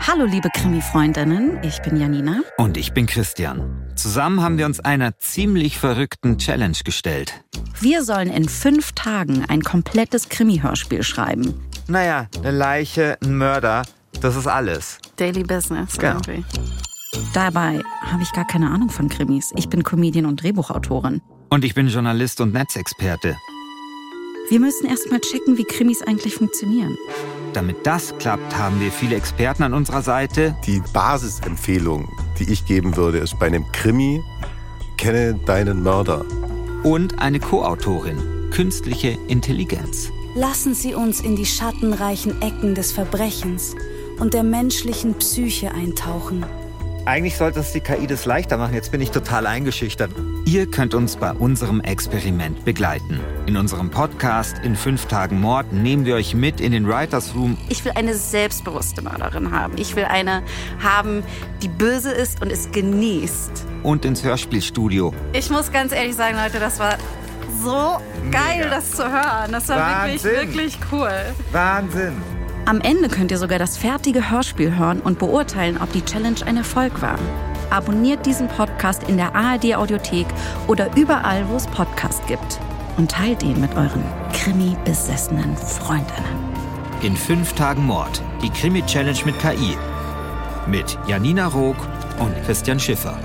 Hallo liebe Krimi-Freundinnen, ich bin Janina. Und ich bin Christian. Zusammen haben wir uns einer ziemlich verrückten Challenge gestellt. Wir sollen in fünf Tagen ein komplettes Krimi-Hörspiel schreiben. Naja, eine Leiche, ein Mörder, das ist alles. Daily Business Genau. irgendwie. Dabei habe ich gar keine Ahnung von Krimis. Ich bin Comedian und Drehbuchautorin. Und ich bin Journalist und Netzexperte. Wir müssen erst mal checken, wie Krimis eigentlich funktionieren. Damit das klappt, haben wir viele Experten an unserer Seite. Die Basisempfehlung, die ich geben würde, ist bei einem Krimi, kenne deinen Mörder. Und eine Co-Autorin, künstliche Intelligenz. Lassen Sie uns in die schattenreichen Ecken des Verbrechens und der menschlichen Psyche eintauchen. Eigentlich sollte uns die KI das leichter machen, jetzt bin ich total eingeschüchtert. Ihr könnt uns bei unserem Experiment begleiten. In unserem Podcast In fünf Tagen Mord nehmen wir euch mit in den Writers Room Ich will eine selbstbewusste Mörderin haben. Ich will eine haben, die böse ist und es genießt. und ins Hörspielstudio. Ich muss ganz ehrlich sagen, Leute, das war so geil, das zu hören. Das war wirklich, Wahnsinn. wirklich cool. Wahnsinn! Am Ende könnt ihr sogar das fertige Hörspiel hören und beurteilen, ob die Challenge ein Erfolg war. Abonniert diesen Podcast in der ARD Audiothek oder überall, wo es Podcast gibt. Und teilt ihn mit euren krimi-besessenen Freundinnen. In fünf Tagen Mord. Die Krimi-Challenge mit KI. Mit Janina Rog und Christian Schiffer.